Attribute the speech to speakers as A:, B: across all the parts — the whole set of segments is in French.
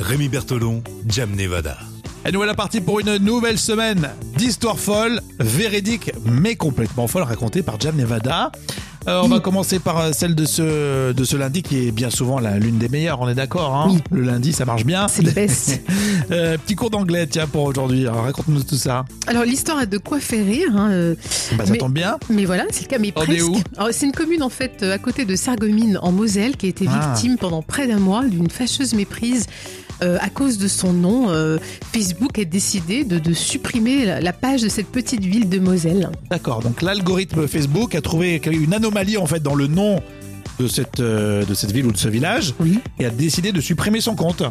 A: Rémi Bertolon, Jam Nevada.
B: Et nous voilà partis pour une nouvelle semaine d'histoires folles, véridiques mais complètement folles, racontées par Jam Nevada. Euh, on va commencer par euh, celle de ce, de ce lundi qui est bien souvent la- l'une des meilleures, on est d'accord. hein
C: Oui.
B: Le lundi, ça marche bien.
C: C'est le best.
B: Euh, petit cours d'anglais, tiens, pour aujourd'hui. Alors, Raconte-nous tout ça.
C: Alors l'histoire a de quoi faire rire, hein, euh,
B: Bah, ça
C: Mais-
B: tombe bien.
C: mais voilà, c'est le cas, mais
B: On est
C: presque.
B: où
C: Alors, C'est une commune en fait euh, à côté de Sarreguemines en Moselle qui a été
B: Ah.
C: victime pendant près d'un mois d'une fâcheuse méprise. euh, à cause de son nom, euh, Facebook a décidé de, de supprimer la, la page de cette petite ville de Moselle.
B: D'accord. Donc, l'algorithme Facebook a trouvé qu'il y a eu une anomalie, en fait, dans le nom de cette, euh, de cette ville ou de ce village
C: Oui.
B: et a décidé de supprimer son compte.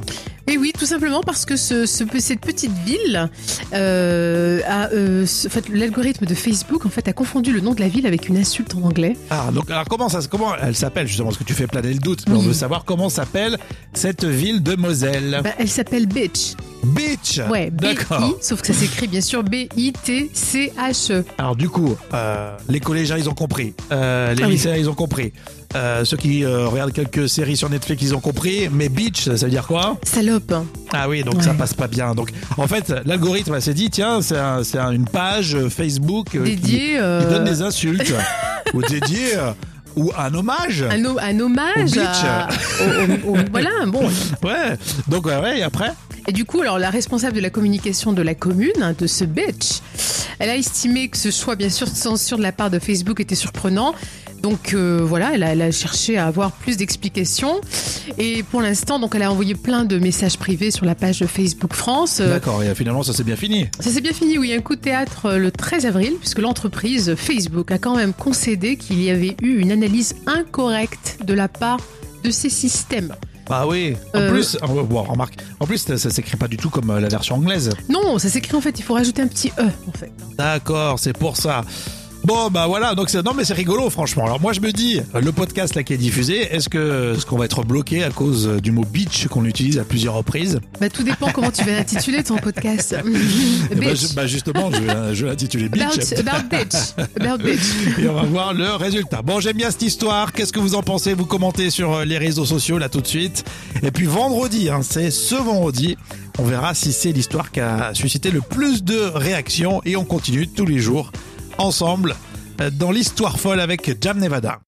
C: Et oui, tout simplement parce que ce, ce- cette petite ville, euh, a, euh, ce- en fait, l'algorithme de Facebook en fait a confondu le nom de la ville avec une insulte en anglais.
B: Ah, donc, alors comment, ça, comment elle s'appelle, justement Parce que tu fais planer le doute. Mais on
C: Oui.
B: veut savoir comment s'appelle cette ville de Moselle.
C: Bah, elle s'appelle Bitch.
B: Bitch
C: Ouais, b
B: Euh, D'accord.
C: sauf que ça s'écrit bien sûr B-I-T-C-H-E.
B: Alors du coup, euh, les collégiens ils ont compris, Euh, les
C: Ah oui.
B: lycéens ils ont compris, Euh, ceux qui euh, regardent quelques séries sur Netflix ils ont compris, mais bitch ça veut dire quoi
C: Salope.
B: Ah oui donc ça
C: Ouais.
B: passe pas bien. Donc en fait l'algorithme elle s'est dit tiens c'est un- c'est un- une page euh, Facebook euh, qui- qui,
C: dédié euh,
B: donne des insultes ou dédié euh, ou un hommage.
C: un, ho- un hommage
B: Au
C: à- au- au- au- voilà, bon.
B: Ouais donc ouais, ouais, et après
C: Et du coup, alors la responsable de la communication de la commune, hein, de ce bitch, elle a estimé que ce choix, bien sûr, de censure de la part de Facebook était surprenant. Donc euh, voilà, elle a, elle a cherché à avoir plus d'explications. Et pour l'instant, donc elle a envoyé plein de messages privés sur la page de Facebook France. Euh,
B: d'accord et finalement ça c'est bien fini.
C: Ça s'est bien fini, oui, un coup de théâtre euh, le 13 avril, puisque l'entreprise Facebook a quand même concédé qu'il y avait eu une analyse incorrecte de la part de ces systèmes.
B: Bah oui. En
C: Euh,
B: plus oh, bon, remarque en plus ça, ça s'écrit pas du tout comme euh, la version anglaise.
C: Non, ça s'écrit en fait, il faut rajouter un petit E en fait.
B: D'accord, c'est pour ça. Bon bah voilà, donc c'est non mais c'est rigolo franchement. Alors moi je me dis le podcast là qui est diffusé, est-ce que est-ce qu'on va être bloqué à cause euh, du mot bitch qu'on utilise à plusieurs reprises
C: Bah, tout dépend comment tu vas l'intituler ton podcast.
B: Eh ben,
C: bitch. Bah,
B: je- bah justement, je vais, je vais l'intituler
C: About,
B: bitch
C: about bitch. About bitch.
B: et on va voir le résultat. Bon, j'aime bien cette histoire. Qu'est-ce que vous en pensez Vous commentez sur euh, les réseaux sociaux là tout de suite. Et puis vendredi, hein, c'est ce vendredi, on verra si c'est l'histoire qui a suscité le plus de réactions et on continue tous les jours ensemble euh, dans l'histoire folle avec Jam Nevada.